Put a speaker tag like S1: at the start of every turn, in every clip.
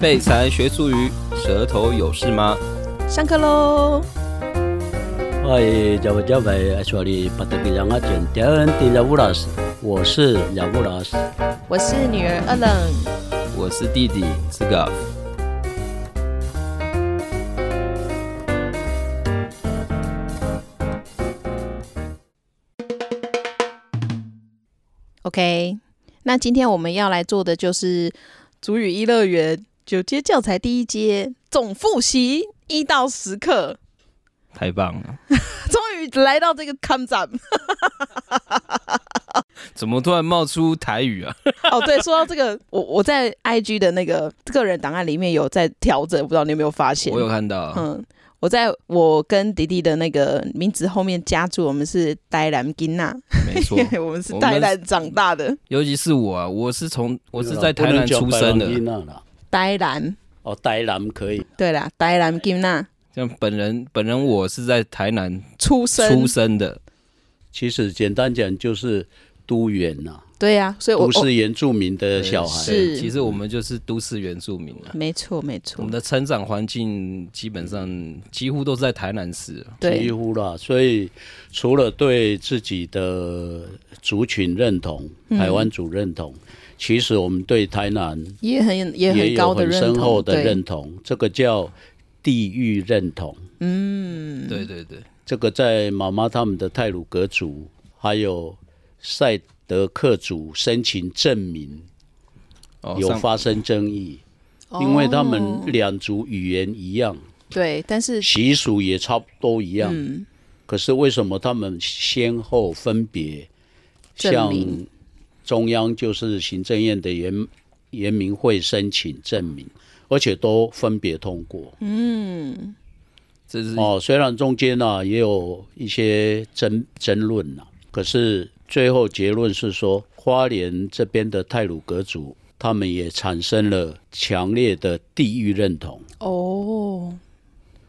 S1: 废柴学术语，舌头有事吗？
S2: 上课喽！
S3: 嗨，加不加白？阿小里巴特给杨阿简，点恩的亚乌拉斯，我是亚乌拉斯。
S2: 我是女儿阿冷，
S1: 我是弟弟这个
S2: OK，那今天我们要来做的就是《主语一乐园》九阶教材第一阶总复习一到十课，
S1: 太棒了！
S2: 终于来到这个看 展。
S1: 怎么突然冒出台语啊？
S2: 哦，对，说到这个，我我在 IG 的那个个人档案里面有在调整，不知道你有没有发现？
S1: 我有看到，
S2: 嗯，我在我跟迪迪的那个名字后面加注，我们是呆兰金娜，
S1: 没错，
S2: 因为 我们是呆兰长大的。
S1: 尤其是我啊，我是从我是在台南出生的，
S3: 的。
S2: 呆兰，
S3: 哦，台南可以。
S2: 对啦，呆兰金娜
S1: 像本人本人我是在台南
S2: 出生，
S1: 出生的，
S3: 其实简单讲就是都原呐、
S2: 对呀、所以我
S3: 都
S2: 我
S3: 市原住民的
S1: 对
S3: 小孩。
S2: 哦是嗯
S1: 其实我们就是都市原住民啊。
S2: 没错没
S1: 我
S2: 错
S1: 们，的成长环境基本上几乎都是在台南市啊，
S2: 对
S3: 几乎啦，所以除了对自己的族群认同，
S2: 嗯
S3: 台湾族认同，其实我们对台南
S2: 也很也
S3: 也
S2: 很
S3: 有
S2: 高的
S3: 很
S2: 认
S3: 深
S2: 同，
S3: 厚的
S2: 对
S3: 认同，这个叫地域认同。
S2: 嗯，
S1: 对对对，
S3: 这个在妈妈他们的泰鲁格族，还有赛德克族申请证明
S1: 哦，
S3: 有
S1: 上
S3: 发生争议，
S2: 哦
S3: 因为他们两族语言一样，
S2: 对，但是
S3: 习俗也差不多一样，
S2: 嗯，
S3: 可是为什么他们先后分别？
S2: 证
S3: 向
S2: 明
S3: 中央就是行政院的原原民会申请证明，而且都分别通过。
S2: 嗯
S1: 这是
S3: 哦，虽然中间呢、也有一些争争论呐、啊可是最后结论是说，花莲这边的泰鲁格族，他们也产生了强烈的地域认同。
S2: 哦，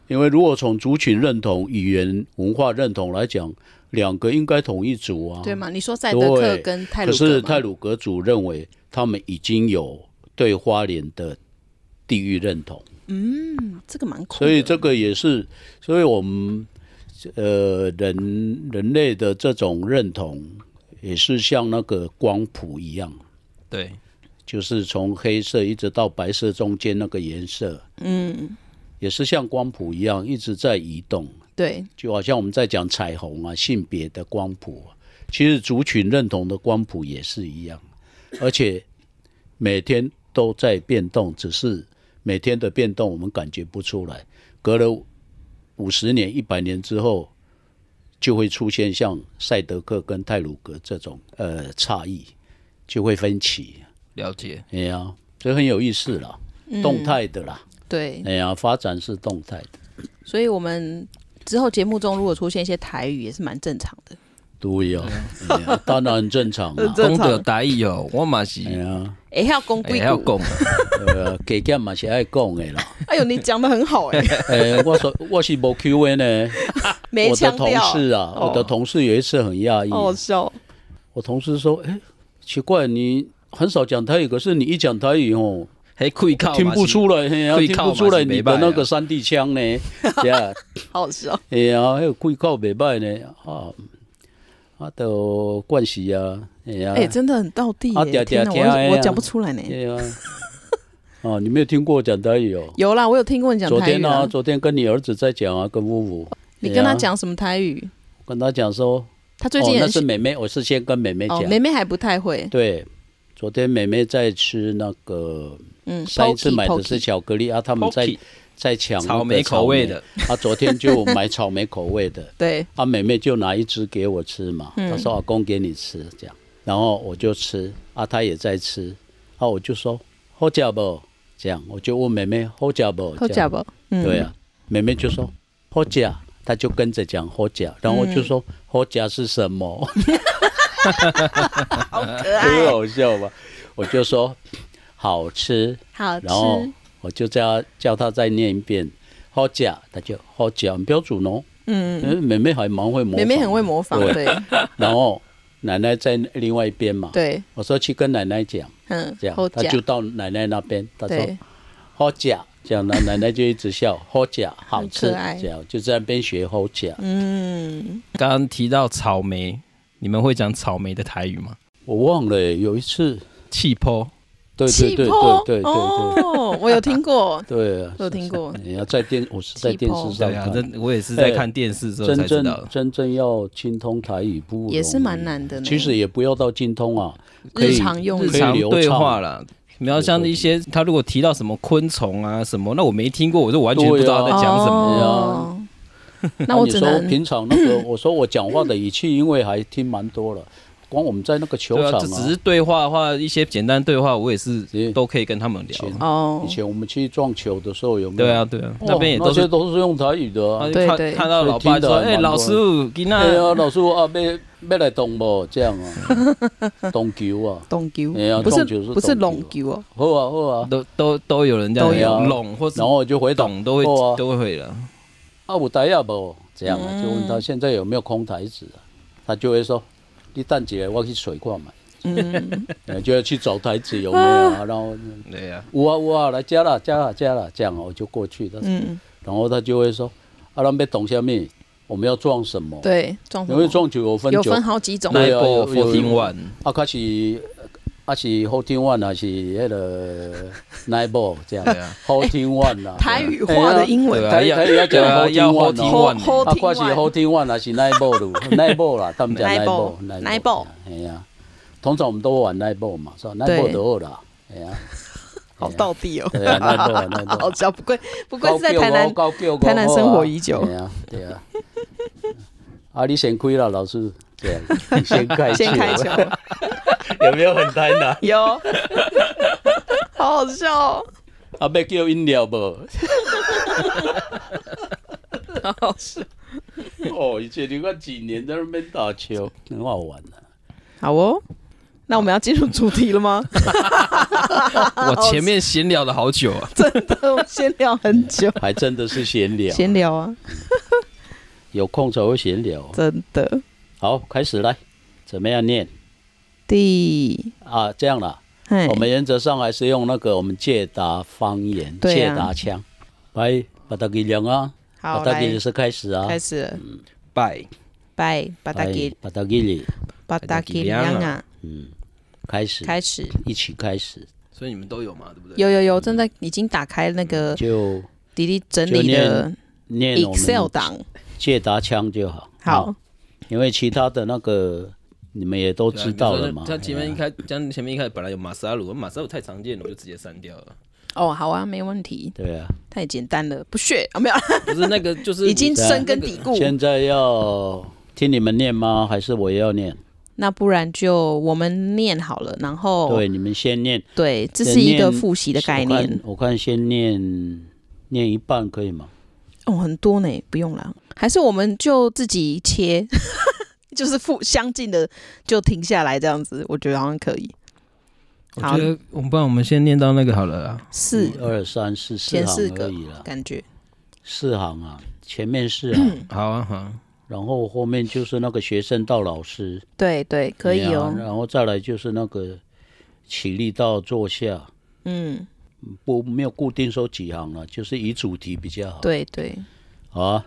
S3: 因为如果从族群认同、语言、文化认同来讲，两个应该同一族啊。
S2: 对嘛？你说赛德克
S3: 对
S2: 跟泰
S3: 可
S2: 鲁
S3: 是
S2: 格嘛
S3: 泰鲁格族认为他们已经有对花莲的地域认同，
S2: 嗯，这个蛮酷的，
S3: 所以这个也是，所以我们呃人人类的这种认同也是像那个光谱一样，
S1: 对，
S3: 就是从黑色一直到白色中间那个颜色，
S2: 嗯，
S3: 也是像光谱一样一直在移动，
S2: 对，
S3: 就好像我们在讲彩虹啊，性别的光谱啊、其实族群认同的光谱也是一样，而且每天都在变动，只是每天的变动我们感觉不出来。隔了五十年、一百年之后，就会出现像赛德克跟泰鲁格这种呃差异，就会分歧。
S1: 了解，
S3: 哎呀，这很有意思啦，动态的啦，
S2: 对，
S3: 哎呀，发展是动态的。
S2: 所以我们之后节目中如果出现一些台语，也是蛮正常的。。
S3: 对哦，哎呀当然很正常啦
S2: 正
S1: 功
S2: 常
S1: 德达意哦，我马是
S3: 哎呀，
S2: 哎，要公
S1: 哎
S2: 规
S1: 还要
S2: 矩，
S1: 供 啊，
S3: 呃，给干嘛是爱讲的啦。
S2: 哎呦，你讲的很好哎，
S3: 呃，我说我是无 Q&A 呢，
S2: 没
S3: 我的
S2: 腔
S3: 同
S2: 调，
S3: 事啊，
S2: 哦
S3: 我的同事有一次很讶
S2: 好好
S3: 异，
S2: 笑。
S3: 我同事说，哎，奇怪，你很少讲台语，可是你一讲台语哦，
S1: 还可以靠
S3: 听不出来，嘿啊
S1: 对
S3: 听
S1: 口嘛
S3: 不出来
S1: 是袂
S3: 你
S1: 歹啊
S3: 的那个山地腔呢，呀，
S2: 好好笑，
S3: 哎呀，还有贵口袂歹呢，啊，啊，都关系啊，哎呀，
S2: 哎、真的很到地
S3: 啊
S2: 耶！
S3: 嗲
S2: 天哪，
S3: 嗲嗲哎呀
S2: 我我讲不出来呢。
S3: 哎呀，啊，你没有听过我讲台语哦？
S2: 有啦，我有听过你讲
S3: 昨
S2: 台
S3: 天
S2: 语
S3: 啊，
S2: 啊。
S3: 昨天跟你儿子在讲啊，跟呜呜，
S2: 你跟他
S3: 哎呀
S2: 讲什么台语？
S3: 跟他讲说。
S2: 他最近
S3: 哦、
S2: 也
S3: 那是妹妹，我是先跟妹妹讲。
S2: 哦，妹妹还不太会。
S3: 对，昨天妹妹在吃那个，
S2: 嗯，
S3: 上一次
S2: Pokey，
S3: 买的
S2: Pokey
S3: 是巧克力啊，他们在
S1: Pokey
S3: 在抢那个
S1: 草莓口味的，
S3: 草莓。啊，昨天就买草莓口味的，
S2: 对，
S3: 啊，妹妹就拿一只给我吃嘛，
S2: 嗯
S3: 她说阿公给你吃这样，然后我就吃，啊，她也在吃，啊，我就说好吃不？这样，我就问妹妹好吃不？
S2: 好
S3: 这
S2: 假
S3: 样
S2: 不？嗯，
S3: 对啊，妹妹就说好假，她就跟着讲好假，然后我就
S2: 嗯
S3: 说好假是什么？
S2: 好可
S3: 很
S2: 爱，
S3: 好笑吧？我就说好吃，
S2: 好吃
S3: 然。后我就叫她叫她再念一遍好假，她就好假，很标准哦。
S2: 嗯，
S3: 嗯，妹妹还蛮会模仿，
S2: 妹妹很会。模仿，对
S3: 对 然后奶奶在另外一边嘛，
S2: 对，
S3: 我说去跟奶奶讲，
S2: 嗯
S3: 这，样
S2: 好
S3: 她
S2: 假
S3: 就到奶奶那边，她说
S2: 对，
S3: 好假，这样呢，奶奶就一直笑，好假，好吃
S2: 很可爱，
S3: 这样就在那边学好假。
S2: 嗯，
S1: 刚刚提到草莓，你们会讲草莓的台语吗？
S3: 我忘了耶，有一次，
S1: 气泡
S3: 对对
S2: 气
S3: 对
S2: 泡
S3: 对对对对，
S2: 哦，我有听过
S3: 对啊，
S2: 有听过，
S3: 你要在电，我是在电视
S1: 对
S3: 上
S1: 啊，
S3: 看，
S1: 这我也是在看电视之后才
S3: 真
S1: 知道
S3: 正
S1: 的。
S3: 真正要精通台语不容易
S2: 也是蛮难的呢。
S3: 其实也不要到精通啊，可以
S2: 日常用
S1: 日
S3: 可以
S1: 常
S3: 流
S1: 对
S3: 畅
S1: 话啦，你要像一些他如果提到什么昆虫啊什么，那我没听过，我就完全不知道他在讲什么。
S2: 哦 那我
S3: 你
S2: 只
S3: 说
S2: 能
S3: 平常那个，我说我讲话的语气，因为还听蛮多了。光我们在那个球
S1: 对啊，
S3: 场
S1: 这只是对话的话，一些简单对话，我也是
S3: 是
S1: 都可以跟他们聊。
S3: 行
S2: 哦
S3: 以，前我们去撞球的时候有没有？
S1: 对啊，，对啊，
S3: 那
S1: 那边也都
S3: 哦那些
S1: 是。
S3: 都是用台语的
S1: 他
S3: 啊。
S1: 就
S2: 对
S1: 看
S2: 对
S1: 看到老爸就说：“
S3: 所以听得还蛮
S1: 哎，
S3: 多
S1: 老师傅，给
S3: 哎
S1: 那
S3: 呀，老师啊，要要来懂不？这样啊， 懂球啊，
S2: 懂球
S3: 哎呀
S2: 不
S3: 懂球是
S2: 不是
S3: 懂
S2: 龙
S3: 球
S2: 球哦，
S3: 好啊好啊。
S1: 都都都有人这
S2: 都
S3: 有啊
S1: 样拢或是
S3: 然后我就回答
S1: 懂都会
S3: 好啊
S1: 都嗯会了。
S3: 啊，有台啊不？这样啊，就问他现在有没有空台子啊，他就会说，你等一下我去水看嘛，
S2: 嗯，
S3: 哎就要去找台子有没有 啊？然后
S1: 对呀，
S3: 有啊有啊，来加啦加啦加啦，这样啊我就过去。他
S2: 嗯，
S3: 然后他就会说：“啊，咱们懂下面我们要撞什么？，
S2: 对，撞什
S3: 因为
S2: 么
S3: 撞球有分
S2: 有
S3: 球，
S2: 分好几种
S1: 那
S3: 对
S1: 一
S3: 啊
S1: 波
S3: 有有
S1: fourteen one，
S3: 啊，它是啊是后天 one 还是那个 nine ball 这样
S1: 对 啊，
S3: 后天 one 啦，
S2: 哎台语化的英
S1: 对
S2: 文，
S1: 啊，
S3: 台
S1: 要
S3: 台语要
S1: 对
S3: 讲
S1: 啊
S3: fourteen
S1: 要
S3: one
S1: fourteen
S3: 哦
S1: one
S2: 后
S1: 欸
S3: 啊，它是后天 one 啊还是 nine ball 路 nine ball 啦，他们讲
S2: nine
S3: nine
S2: ball，
S3: ball
S2: nine ball
S3: 哎呀，通常我们都会玩 nine ball 嘛，是吧？nine
S2: 对
S3: ball 就好啦，哎呀，
S2: 好道地哦，
S3: 对啊 ，nine ball nine
S2: 好
S3: ball，
S2: 笑，不愧不愧是在台南
S3: 高叫哦
S2: 台南生活已久
S3: 对啊，对啊。啊，你先开了，老师，对啊， 你先开
S2: 先开球，
S3: 有没有很贪婪？
S2: 有， 好好笑哦，
S3: 啊，要叫饮料无？
S2: 好好笑，
S3: 哦，以前你看几年在那边打球，很好玩啊的、
S2: 好哦。那我们要进入主题了 吗？
S1: 我前面闲聊了好久啊，
S2: 真的，我们先聊很久，
S3: 还真的是闲 聊，
S2: 先聊啊，
S3: 有空才会闲聊。
S2: 真的。
S3: 好，开始来，怎么样念
S2: 第，
S3: 啊？这样啦，
S2: 哎
S3: 我们原则上还是用那个我们借达方言、
S2: 对
S3: 借
S2: 啊
S3: 达腔。来，把它给量啊，
S2: 好
S3: 把它
S2: 来
S3: 给是开始啊，哎
S2: 开始了，
S1: 拜
S2: 拜，把它给
S3: 把它给，
S2: 把它给亮啊，
S3: 嗯，开始，
S2: 开始。
S3: 一起开始，
S1: 所以你们都有嘛，对不对？
S2: 有有有，正在已经打开那个
S3: 就
S2: 迪迪整理的
S3: 嗯念我
S2: Excel
S3: 们
S2: 档。
S3: 借达腔就好。
S2: 好，，
S3: 因为其他的那个你们也
S1: 啊
S3: 都知道了嘛。
S1: 他前面一
S3: 哎呀
S1: 开，像前面一开始本来有马萨鲁，马萨鲁太常见了，我就直接删掉了。
S2: 哦，好啊，没问题，
S3: 对啊，
S2: 太简单了，不屑啊，没有，
S1: 不是那个，就是
S2: 已经
S1: 你
S2: 深根
S1: 哦
S2: 蒂固。
S3: 现在要听你们念吗？还是我要念？
S2: 那不然就我们念好了，然
S1: 哦
S2: 后
S3: 对，你们先念
S2: 对，这是一个
S3: 先念
S2: 复习的概念。
S3: 我看，我看先念念一半可以吗？
S2: 哦，很多呢，不用啦，还是我们就自己切， 就是复相近的就停下来这样子，我觉得好像可以。
S1: 我
S2: 好
S1: 觉得，我们不然我们先念到那个好了啊。
S2: 四
S3: 一二三四四
S2: 前四
S3: 行
S2: 个
S3: 而已啦，
S2: 感觉
S3: 四行啊，前面四
S2: 嗯
S3: 行，
S1: 好啊，好啊，
S3: 然后后面就是那个学生到老师，
S2: 对对，可以
S3: 对啊
S2: 哦，
S3: 然后再来就是那个起立到坐下，
S2: 嗯，
S3: 不没有固定说几行了、就是以主题比较好。
S2: 对对，
S3: 好啊，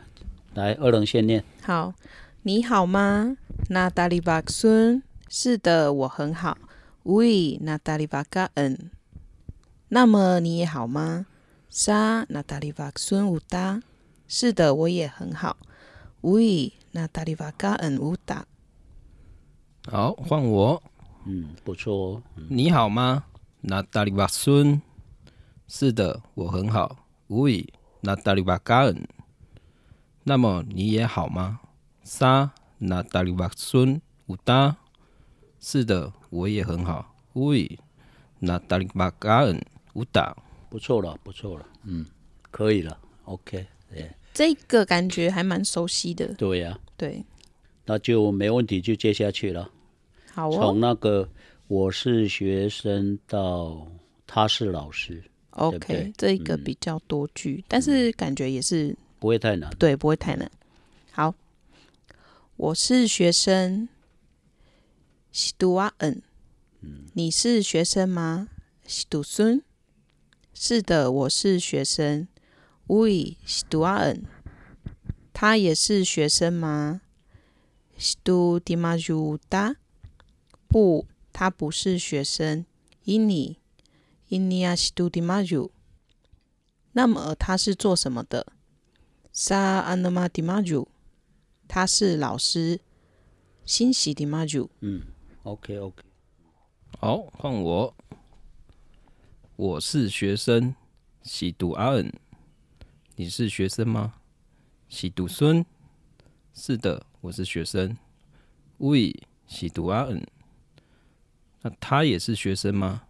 S3: 来二龙先念。
S2: 好，你好吗？那达里巴孙，是的，我很好。喂，那达里巴嘎恩，那么你也好吗？沙那达里巴孙乌达，是的，我也很好。喂，那达里巴嘎恩乌达，
S1: 好，换我。
S3: 嗯，不错哦。
S1: 你好吗？那达里瓦孙，是的，我很好。无以那达里瓦嘎恩，那么你也好吗？沙那达里瓦孙乌达，是的，我也很好。无以那达里瓦嘎恩乌达，
S3: 不错了，不错了，嗯，可以了，OK，
S2: 这个感觉还蛮熟悉的。
S3: 对呀、
S2: 对，
S3: 那就没问题，就接下去了。
S2: 好
S1: 啊
S2: 哦
S3: 从那个我是学生到他是老师，
S2: ，OK，
S3: 不对嗯
S2: 这个比较多句，但是感觉也是
S3: 不会太难。
S2: 对，不会太难。好，我是学生，啊嗯西杜瓦恩。你是学生吗？西杜孙。是的，我是学生。乌伊是杜阿恩，他也是学生吗？是杜迪马茹达？不，他不是学生。伊尼，伊尼亚是杜迪马茹。那么他是做什么的？萨安德玛迪马茹，他是老师。欣喜迪马茹，
S3: 嗯 OK OK，
S1: 好，换我。我是学生，喜读阿恩。你是学生吗？喜读孙。是的，我是学生。乌以喜读阿恩。那他也是学生吗？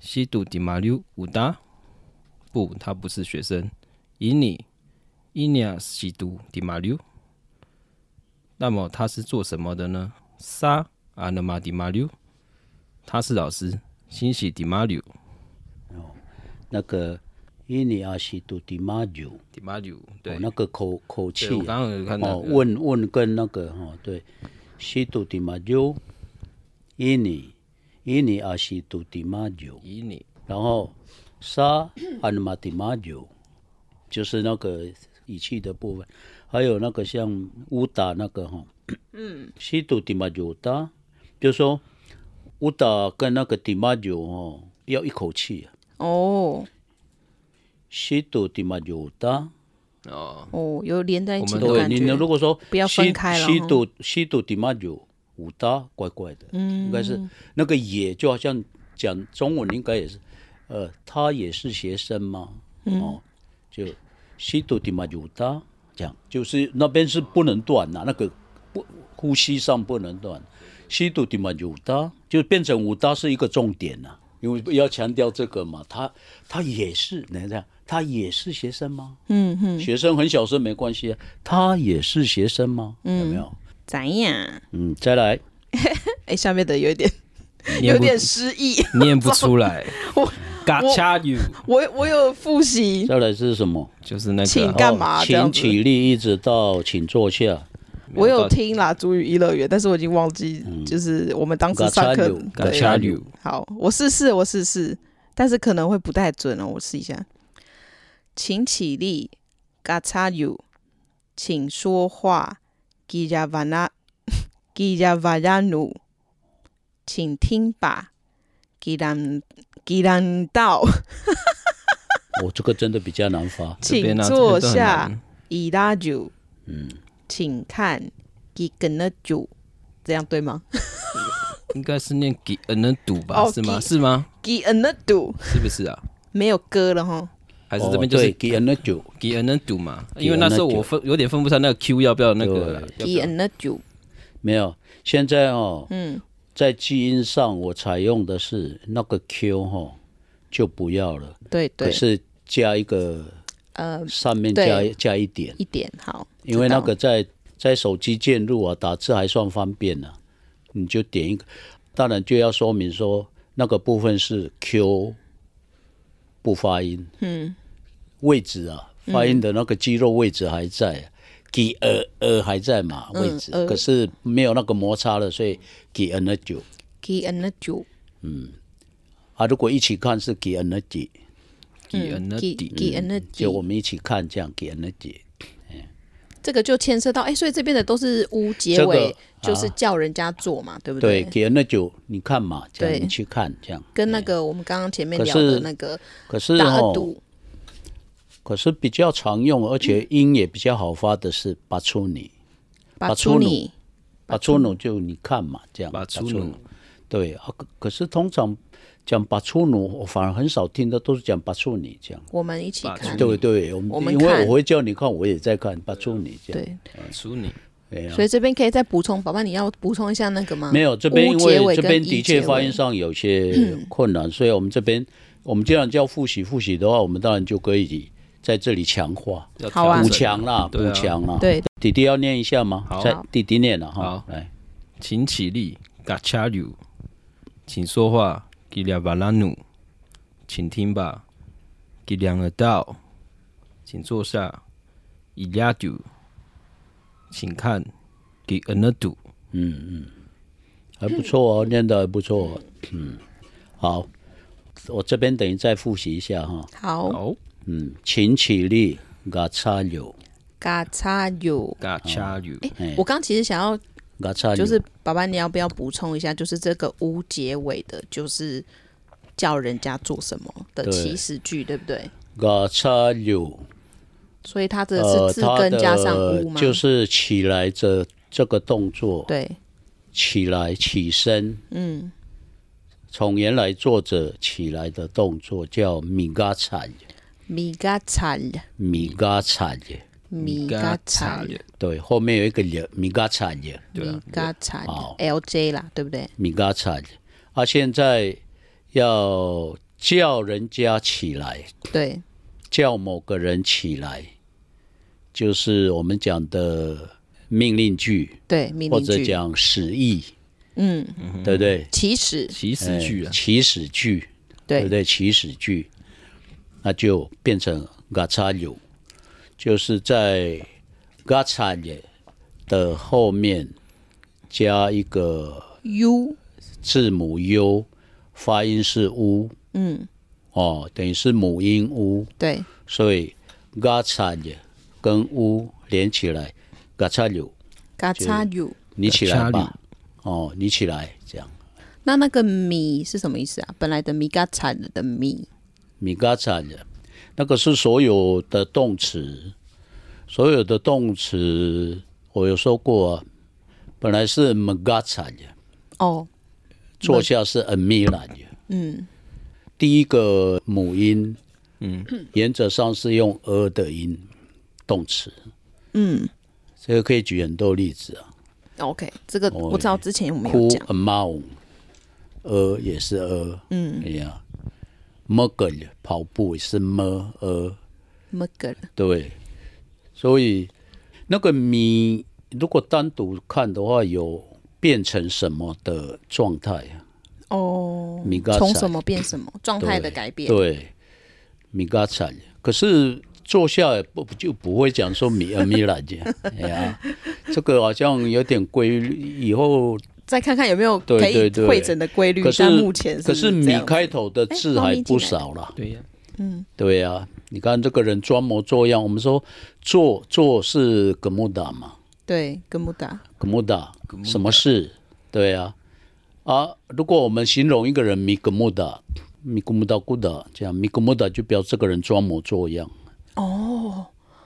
S1: 喜读迪马留武达。不，他不是学生。以你，伊尼亚喜读迪马留。那么他是做什么的呢？沙阿那玛迪马留，他是老师。欣喜迪马留，
S3: 那个印尼阿西杜迪马久，
S1: 迪马留，
S3: 哦
S1: 对，
S3: 那个口口气
S1: 对我
S3: 啊、
S1: 刚刚有看到呃
S3: 哦，，问问跟那个哦，对，西杜迪马久，印尼印尼阿西杜迪马久，
S1: 以你
S3: 然后沙安玛迪马久，就是那个语气的部分，还有那个像乌达那个哈、嗯，西杜迪马久达，就说乌达跟那个迪马久哦，要一口气啊。
S2: 哦
S3: 西杜迪马久达，
S1: 哦，
S2: 哦，有连在一起的
S3: 对
S2: 感
S3: 你呢？
S2: 觉。
S3: 如果说
S2: 不要
S3: 西
S2: 分开了嗯
S3: 西
S2: 哈
S3: 杜西杜迪马久五大怪怪的，
S2: 嗯
S3: 应该是那个也就好像讲中文应该也是，呃，他也是学生嘛，
S2: 嗯
S3: 哦，就西杜迪马久达这样，就是那边是不能断的、那个不呼吸上不能断，西杜迪马久达就变成五大是一个重点呐、因为要强调这个嘛，他他也是，你看，他也是学生吗？
S2: 嗯哼，
S3: 学生很小声没关系啊，他也是学生吗？
S2: 嗯
S3: 有没有？
S2: 怎样？
S3: 嗯，再来，
S2: 哎，下面的有一点有
S1: 念
S2: 点
S1: 不
S2: 失忆，
S1: 念不出来
S2: 我
S1: ，Gotcha you，
S2: 我我有复习，
S3: 再来是什么？
S1: 就是那个
S2: 请
S1: 啊
S2: 干嘛这样
S3: 请
S2: 子
S3: 起立，一直到请坐下。
S2: 我有
S1: 到底
S2: 听啦《主语一乐园》，但是我已经忘记，
S1: 嗯
S2: 就是我们当时上课
S3: Gachaliu，
S2: 对
S1: Gotcha you，
S2: 好，我试试，我试试，但是可能会不太准哦，我试一下。请起立，Gacha you，请说话，Gijavana Gijavanu，请听吧，Gilan Gilan 道，。
S3: 我、哦这个真的比较难发
S1: 这边
S2: 请
S1: 呢
S2: 坐，
S1: 这边都很
S2: 下
S1: 难
S2: ，Ilaju，请看，Giganaju，这样对吗
S1: 应该是念给嗯能读吧？
S2: 哦
S1: 是吗？
S2: 给
S1: 是吗？
S2: ？Giganadu
S1: 是不是啊？
S2: 没有歌了哈。
S1: 还是这边就
S3: 哦
S1: 是
S3: 对 Gianna 九，
S1: 给嗯能读嘛？
S3: 给
S1: 因为那时候
S3: N9
S1: 我分有点分不上那个 Q 要不要那个
S3: 对
S1: 要不
S2: G
S1: 要
S2: N 的九，
S3: 没有。现在哦，
S2: 嗯，
S3: 在基因上我采用的是那个 Q 哈、哦，就不要了，
S2: 对
S3: 可
S2: 对，
S3: 是加一个
S2: 呃，
S3: 上面加
S2: 对
S3: 加一点，
S2: 一点好，
S3: 因为那
S2: 知
S3: 个在在手机键入啊，打字还算方便呢、你就点一个，当然就要说明说那个部分是 Q 不发音，嗯，位置啊，发音的那个肌肉位置还在、给呃呃还在嘛位置，
S2: 呃
S3: 可是没有那个摩擦了，所以给 N 了九
S2: 道 G N 的九
S3: 啊，如果一起看是给 N 了几，
S1: 给嗯能
S2: G
S1: 读？
S2: G N 的
S3: 就我
S2: 九，
S3: 们一起看这样给 N 了几，
S2: 这个就牵涉到哎，所以这边的都是乌结
S3: 这
S2: 尾
S3: 个，啊
S2: 就是叫人家做嘛，对不
S3: 对，？给 N 了九，你看嘛，这
S2: 对
S3: 样你去看这样，
S2: 跟那个我们刚刚前面
S3: 可
S2: 聊的
S3: 是
S2: 那个
S3: 可是
S2: 大
S3: 哦
S2: 二。度，
S3: 可是比较常用，而且
S2: 嗯
S3: 音也比较好发的是巴楚尼，
S2: 把
S3: 把
S2: 出
S3: 出
S2: 你
S3: 巴楚努就你看嘛，这样
S1: 把出
S3: 努
S1: 努
S3: 对啊，可可是通常讲巴楚努，我反而很少听到都是讲巴楚尼这样。
S2: 我们一起看，
S3: 对对，我
S2: 嗯我
S3: 们
S2: 们
S3: 因为
S2: 看
S3: 我会叫你看，我也在看巴楚尼这样。
S2: 对，
S1: 淑女
S3: 对呀、
S2: 所以这边可以再补充，宝宝你要补充一下那个吗？
S3: 没有这边，因
S2: 乌结尾
S3: 为这
S2: 跟
S3: 边
S2: 一
S3: 的
S2: 结尾
S3: 确发音上有些困难，所以我们这边我们既然叫复习复习的话，我们当然就可以在这里强化
S1: 要
S2: 好
S1: 调
S2: 啊
S3: 补
S1: 整
S3: 强啦，
S1: 对
S3: 补
S1: 啊
S3: 强啦。
S2: 对，
S3: 弟弟要念一下吗？
S1: 好
S3: 在弟弟念了哈哎
S1: 好，
S3: 来，
S1: 请起立，Gacha Liu，请说话，Gilia Valanu，请听吧，Gilia a d a 请坐下，Iliadu，请看，Gianadu，
S3: 还不错哦，念的还不错、哦，嗯，好，我这边等于再复习一下哈。
S2: 好，
S1: 好，
S3: 嗯，请起立，嘎叉有，
S2: 嘎叉有。
S1: 嘎恰有，
S2: 哎、我刚其实想要，
S3: 嘎叉有，
S2: 就是爸爸，你要不要补充一下？就是这个屋结尾的，就是叫人家做什么的
S3: 对
S2: 祈使句，对不对？
S3: 嘎叉有。
S2: 所以它这
S3: 呃，
S2: 个是字
S3: 它
S2: 根
S3: 的
S2: 加上屋吗？
S3: 就是起来这这个动作，
S2: 对，
S3: 起来起身，嗯，从原来坐着起来的动作叫米嘎铲，
S2: 米嘎惨，
S3: 米嘎铲，哎
S2: 米
S1: 嘎
S2: 嘎惨，
S1: 有，
S3: 对，后面有一个也米嘎铲也，
S1: 对啊
S2: 米嘎惨
S3: 好
S2: ，LJ 啦，对不对？
S3: 米嘎铲，啊，现在要叫人家起来，
S2: 对，
S3: 叫某个人起来，就是我们讲的命令句，
S2: 对，命
S3: 或
S2: 令
S3: 者
S2: 句，
S3: 讲使役，
S2: 嗯，
S3: 对不对？
S2: 祈使，
S1: 起始句啊，
S3: 起始句，对不
S2: 对，
S3: 对？起始句，那就变成嘎叉有，就是在嘎叉也的后面加一个
S2: u
S3: 字母 u，发音是 u，
S2: 嗯，
S3: 哦，等于是母音 u，
S2: 对，
S3: 所以嘎叉也跟 u 连起来，嘎叉有，
S2: 嘎叉 u。
S3: 你起来
S1: 嘎叉
S3: 吧，哦，你起来，这样，
S2: 那那个米是什么意思啊？本来的米嘎惨的米，
S3: 米嘎惨的，那个是所有的动词，所有的动词，我有说过、啊，本来是 m 嘎惨的，
S2: 哦，
S3: 坐下是 a m i l a 的，
S2: 嗯，
S3: 第一个母音，嗯，原则上是用 a 的音，动词，嗯，这个可以举很多例子啊，
S2: OK，这个我知道之前我们有
S3: 哦哭呃
S2: 讲
S3: a m o u n 也是 a，嗯，哎呀 m g 跑步也是 m a。
S2: 那个
S3: 对，所以那个米如果单独看的话，有变成什么的状态啊？
S2: 哦，
S3: 米嘎
S2: 从
S3: 惨
S2: 什么变什么，状态的改变，
S3: 对，米嘎惨。可是坐下来不就不会讲说米啊米来讲， 哎呀，这个好像有点规律。以后
S2: 再看看有没有
S3: 对
S2: 可以
S3: 对对
S2: 汇整的规律
S3: 可。是
S2: 但目前
S3: 可
S2: 是
S3: 是
S2: 不这
S3: 米
S2: 样子哎哦
S3: 开头的字还不少啦。
S1: 对呀，
S3: 对呀、你看这个人装模作样。我们说做做是格木达嘛，
S2: 对，跟不打，
S3: 格木达，什么事？对啊，啊，如果我们形容一个人米格木达，米格木达古达，这样米格木达就表示这个人装模作样。哦，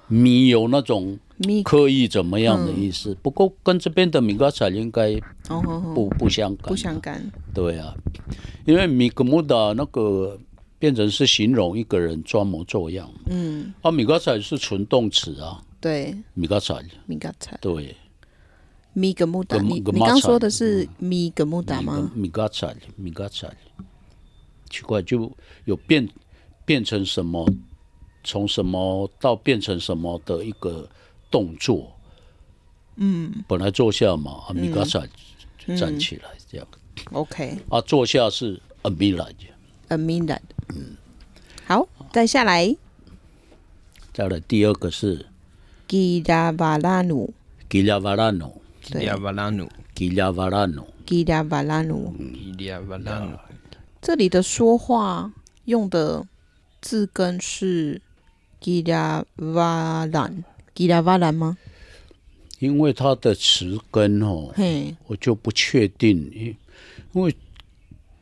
S3: 米有那种
S2: 米嗯
S3: 刻意怎么样的意思，不过跟这边的米格彩应该
S2: 哦哦
S3: 不不相干、啊
S2: 不相。干，
S3: 对啊，因为米格木达那个变成是形容一个人装模作样。嗯，啊，米格彩是纯动词啊，
S2: 对，
S3: 米格彩
S2: 米嘎惨，
S3: 对。
S2: 米格木达，
S3: 跟
S2: 你
S3: 跟
S2: 你
S3: 马
S2: 刚
S3: 惨
S2: 说的是米格木达吗？
S3: 米嘎惨，米嘎惨，奇怪，就有变变成什么，从什么到变成什么的一个动作。嗯，本来坐下嘛，啊，米嘎惨站起来这样，
S2: OK，
S3: 啊，坐下是阿米来，
S2: a m i n a 嗯好，再下来
S3: 再来第二个是
S2: 吉拉瓦拉努，
S3: 吉拉瓦拉努，
S1: 基利亚瓦拉努，
S3: 吉拉瓦拉努，
S2: 吉拉瓦拉努，
S3: 嗯
S1: 基利亚瓦拉努，
S2: 这里的说话用的字根是吉拉瓦兰，吉拉瓦兰吗？
S3: 因为它的词 根哦，
S2: 嘿，
S3: 我就不确定，因因为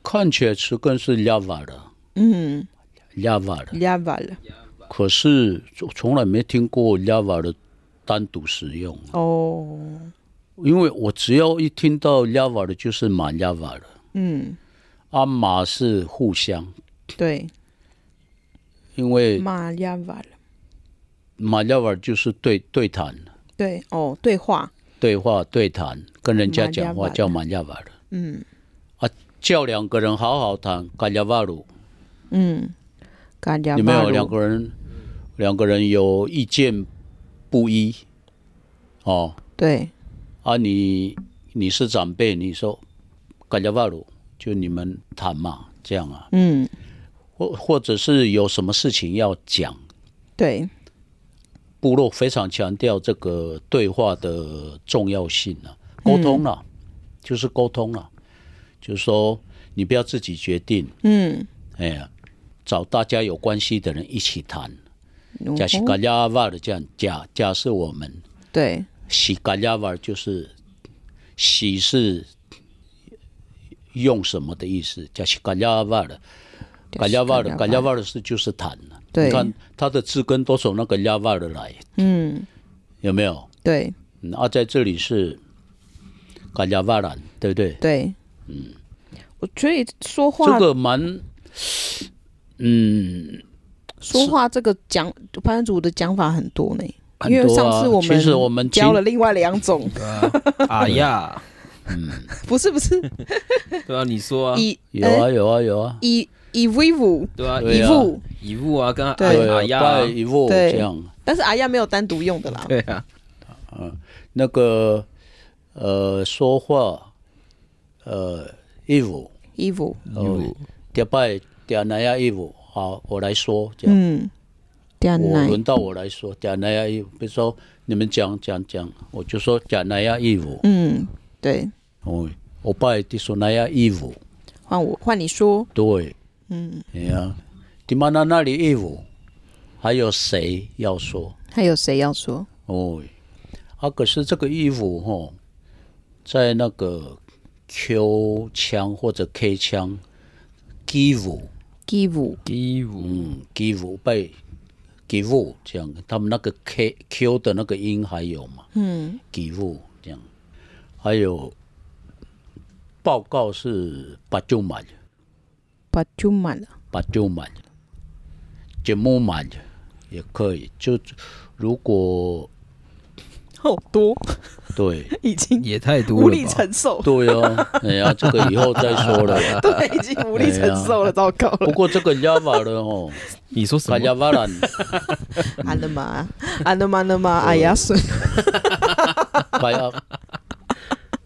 S3: 看起来词根是 Java 的
S2: 嗯，
S3: ，Java 的，
S2: 拉瓦了，
S3: 可是从从来没听过 Java 的单独使用，
S2: 哦，
S3: 因为我只要一听到 Java 的，就是马 Java 的，
S2: 嗯，
S3: 啊马是互相，
S2: 对，
S3: 因为
S2: 马拉瓦了，
S3: 马 Java 就是对对谈、
S2: 对，哦，对话，
S3: 对话、对谈，跟人家
S2: 马
S3: 讲话
S2: Java
S3: 叫马 Java 的，
S2: 嗯
S3: 啊叫两个人好好谈，嘎 Java 鲁。
S2: 嗯，嘎拉
S3: 有没
S2: 瓦
S3: 有两
S2: 鲁，
S3: 个人，两个人有意见不一？哦，
S2: 对，
S3: 啊你，你是长辈，你说感觉瓦鲁，就你们谈嘛，这样啊，
S2: 嗯，
S3: 或或者是有什么事情要讲，
S2: 对，
S3: 部落非常强调这个对话的重要性啊，沟通了、啊就是沟通了、就是说你不要自己决定，
S2: 嗯，
S3: 哎呀，找大家有关系的人一起谈。
S2: 嗯
S3: 假西嘎亚瓦的这样，假假是我们，
S2: 对，
S3: 西嘎亚瓦就是西是用什么的意思？假西嘎亚瓦的，嘎亚瓦的，嘎亚瓦的是就是谈了。
S2: 对
S3: 你看它的字根都从那个亚瓦的来，
S2: 嗯，
S3: 有没有？
S2: 对
S3: 嗯啊，在这里是嘎亚瓦兰，对不对？
S2: 对，嗯，我觉得说话
S3: 这个蛮，嗯，
S2: 说话这个讲番组的讲法很多呢，
S3: 很
S2: 因为
S3: 多
S2: 上
S3: 啊
S2: 次我
S3: 其实我
S2: 们
S3: 们
S2: 教
S3: 今
S2: 了另外两种，
S1: 对啊，啊呀，
S2: 不是不是，
S1: 对啊，你说啊，
S2: 以
S3: 有
S2: 呃
S3: 啊有啊有啊，
S2: 以以 vivo
S1: 对啊，
S3: 对
S2: 以
S3: 啊
S2: 物，
S1: 以物啊，跟
S2: 对
S1: 哎啊呀啊
S3: 拜，一物
S2: 对
S3: 这样。啊
S2: 但是阿亚没有单独用的啦，
S1: 对啊，
S3: 那个呃说话呃义务，
S2: 衣服，
S1: 物
S3: 呃第拜第哪样义务？好，我来说，这样、
S2: 嗯，对啊，
S3: 我
S2: 奶
S3: 轮到我来说，讲哪样义务？比如说你们讲讲讲，我就说讲哪样义务，
S2: 嗯，对，
S3: 哦，我拜就说哪样义务，
S2: 换我换你说，
S3: 对，
S2: 嗯，
S3: 哎呀，你们那那里义务，还有谁要说？
S2: 还有谁要说？
S3: 哦，啊，可是这个衣服哈、在那个 Q 枪或者 K 枪，give，
S2: give
S1: 以物
S3: 嗯，give 被 give 这样，他们那个 K Q 的那个音还有嘛？
S2: 嗯
S3: give 这样，还有报告是八九满，
S2: 把就满了，
S3: 八九满，节目满也可以，就如果
S2: 好多，
S3: 对。
S2: 已经
S1: 也太多
S2: 无力
S1: 了吧？
S2: 承受，
S3: 对啊，哎呀，这个以后再说 了。哎
S2: 对，已经无力承受了，糟糕
S3: 不
S2: 了，
S3: 过这个 Java 的哦，
S1: 你说什
S3: 卡加
S1: 么？
S3: 瓦兰，
S2: 安了吗？安了吗？安了吗？阿亚 孙，
S3: 卡加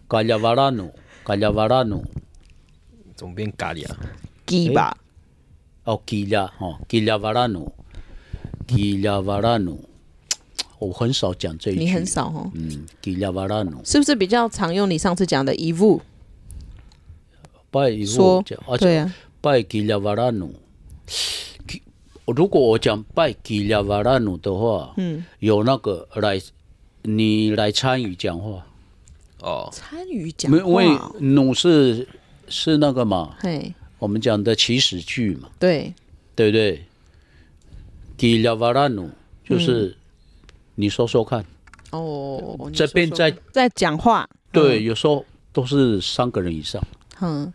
S3: 卡加瓦拉努，卡加瓦拉努，
S1: 怎么变咖喱啊？
S2: 鸡吧，
S3: 哦，基加哦，基加瓦拉努，基加瓦拉努，我很少讲这一句。
S2: 你很。少哦。
S3: 嗯，基加瓦拉努，
S2: 是不是比较常用你上次讲的遗物
S3: 拜一
S2: 说
S3: 路讲，？而
S2: 对
S3: 且
S2: 啊，
S3: 拜基加瓦拉努。如果我讲拜基加瓦拉努的话，
S2: 嗯，
S3: 有那个来，你来参与讲话。
S1: 哦，
S2: 参与讲
S3: 没有，因为
S2: 话哦，
S3: 弩是是那个嘛，
S2: 嘿，
S3: 我们讲的起始句嘛，
S2: 对，
S3: 对不对？吉拉瓦拉努
S2: 嗯
S3: 就是你说说看，
S2: 哦，你
S3: 这
S2: 说
S3: 边
S2: 说
S3: 在
S2: 在讲话，
S3: 对，有时候都是三个人以上，
S2: 嗯，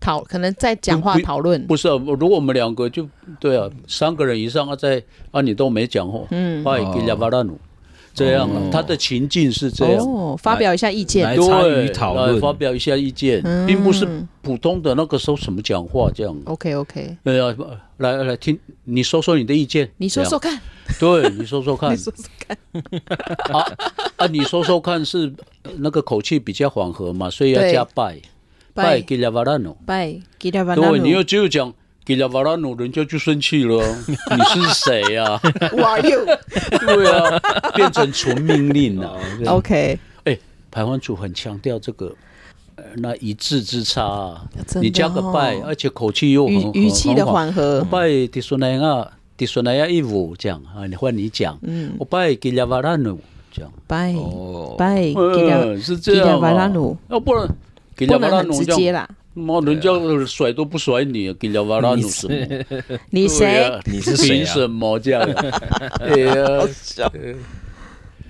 S2: 讨可能在讲话
S3: 不
S2: 讨论，
S3: 不是啊、如果我们两个就对啊，三个人以上啊，在啊你都没讲话，哎
S2: 嗯，
S3: 拜
S1: 哦
S3: 吉拉瓦拉努这样啊，他的情境是这样。
S2: 哦，发表一下意
S1: 来
S2: 见，
S3: 对
S1: 参与讨论
S3: 来发表一下意见，
S2: 嗯
S3: 并不是普通的那个时候什么讲话这样。
S2: ，OK OK，
S3: 哎呀，来来听，你说说你的意见。
S2: 你说说看，
S3: 这样，对，你说说看
S2: 你说说看，
S3: 啊啊，你说说看是那个口气比较缓和嘛，所以要
S2: 对
S3: 加拜拜
S2: 拜
S3: 吉拉瓦拉努。
S2: 拜，给他把那
S3: 对，你又只有讲吉拉瓦拉努，人家就 生气了。你是谁呀？
S2: Who are you？OK，
S3: 对啊，变成纯命令
S2: 哦
S3: 了。哎，台湾组很强调这个。呃那一字之差、啊，
S2: 真的
S3: 你加个拜，
S2: 哦
S3: 而且口气又很
S2: 语语气的缓和，
S3: 拜迪索奈亚，迪索奈亚义务这样啊，你换你讲，
S2: 嗯，
S3: 我拜吉拉瓦拉努这样，
S2: 拜
S1: 哦
S2: 拜，给他
S3: 嗯，是这样啊
S2: 吉拉瓦拉努，
S3: 要不然吉拉
S2: 不
S3: 瓦
S2: 能
S3: 拉
S2: 很
S3: 努
S2: 直
S3: 这
S2: 接
S3: 样，
S2: 啦，
S3: 妈人家甩都不甩你，吉拉瓦拉努
S1: 你
S3: 什么？
S1: 是
S2: 你
S3: 对
S2: 谁
S3: 啊？
S1: 你是谁啊
S3: 凭什么 这样啊？哎呀，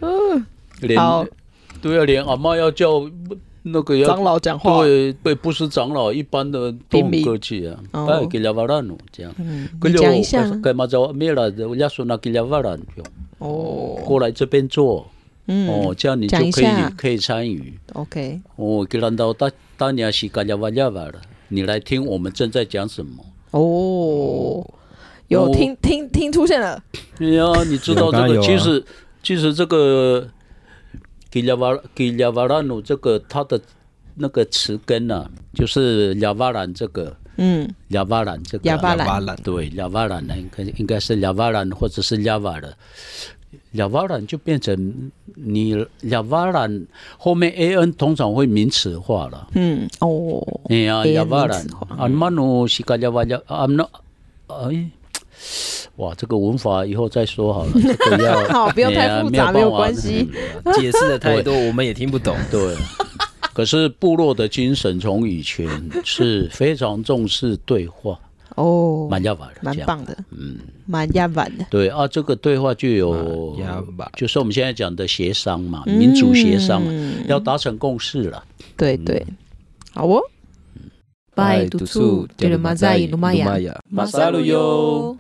S3: 呃连
S2: 好
S3: 对啊，连阿妈要叫那个
S2: 长
S3: 要。
S2: 老讲话，
S3: 对对，不是长老，一般的都
S2: 平
S3: 很
S2: 民
S3: 客气啊。
S2: 哦
S3: 拜吉拉瓦拉努这样，
S2: 嗯，
S3: 跟
S2: 你
S3: 着
S2: 讲一
S3: 我呃
S2: 下
S3: 干嘛找灭了？人家说那吉拉瓦拉努。
S2: 哦，
S3: 过来这边坐、
S2: 嗯
S3: 哦，这样你
S2: 讲一
S3: 就可以
S2: 下
S3: 可以参与
S2: ，OK，
S3: 哦。给难道大大家是嘎呀哇呀哇的，你来听我们正在讲什么？
S2: 哦，有
S3: 我
S2: 听听听出现了，
S3: 对呀、你知道
S1: 有
S3: 这
S1: 当然有
S3: 个，
S1: 啊
S3: 其实其实这个吉拉瓦吉拉瓦拉努这个它的那个词根呢、啊，就是雅瓦兰这个
S2: 嗯，
S3: 雅瓦兰这个啊
S2: 雅瓦兰
S1: 巴兰
S3: 对雅瓦兰呢，应该应该是雅瓦兰或者是雅瓦的，雅瓦兰就变成你雅瓦兰后面 a n 通常会名词化了。
S2: 嗯，哦，
S3: 哎呀，
S2: AN
S3: 雅瓦兰
S2: 名词化，
S3: 阿曼努西卡雅瓦雅阿诺，哎，哇，这个文法以后再说好了，这个要
S2: 好不用太
S3: 哎呀
S2: 复杂没有
S3: 办法
S2: 关系
S1: 啊
S3: 嗯
S1: 解释的太多， 我们也听不懂。
S3: 对，可是部落的精神从以前是非常重视对话，
S2: 哦，
S3: 蛮要法的，
S2: 蛮
S3: 这样。
S2: 棒的，嗯，蛮压板的，
S3: 对啊，这个对话就有
S1: 蛮要法，
S3: 就是我们现在讲的协商嘛，
S2: 嗯
S3: 民族协商啊嘛，要达成共识了。
S2: 对对，好哦。
S4: 拜读出，对了，马在努玛雅。
S1: 马萨路哟。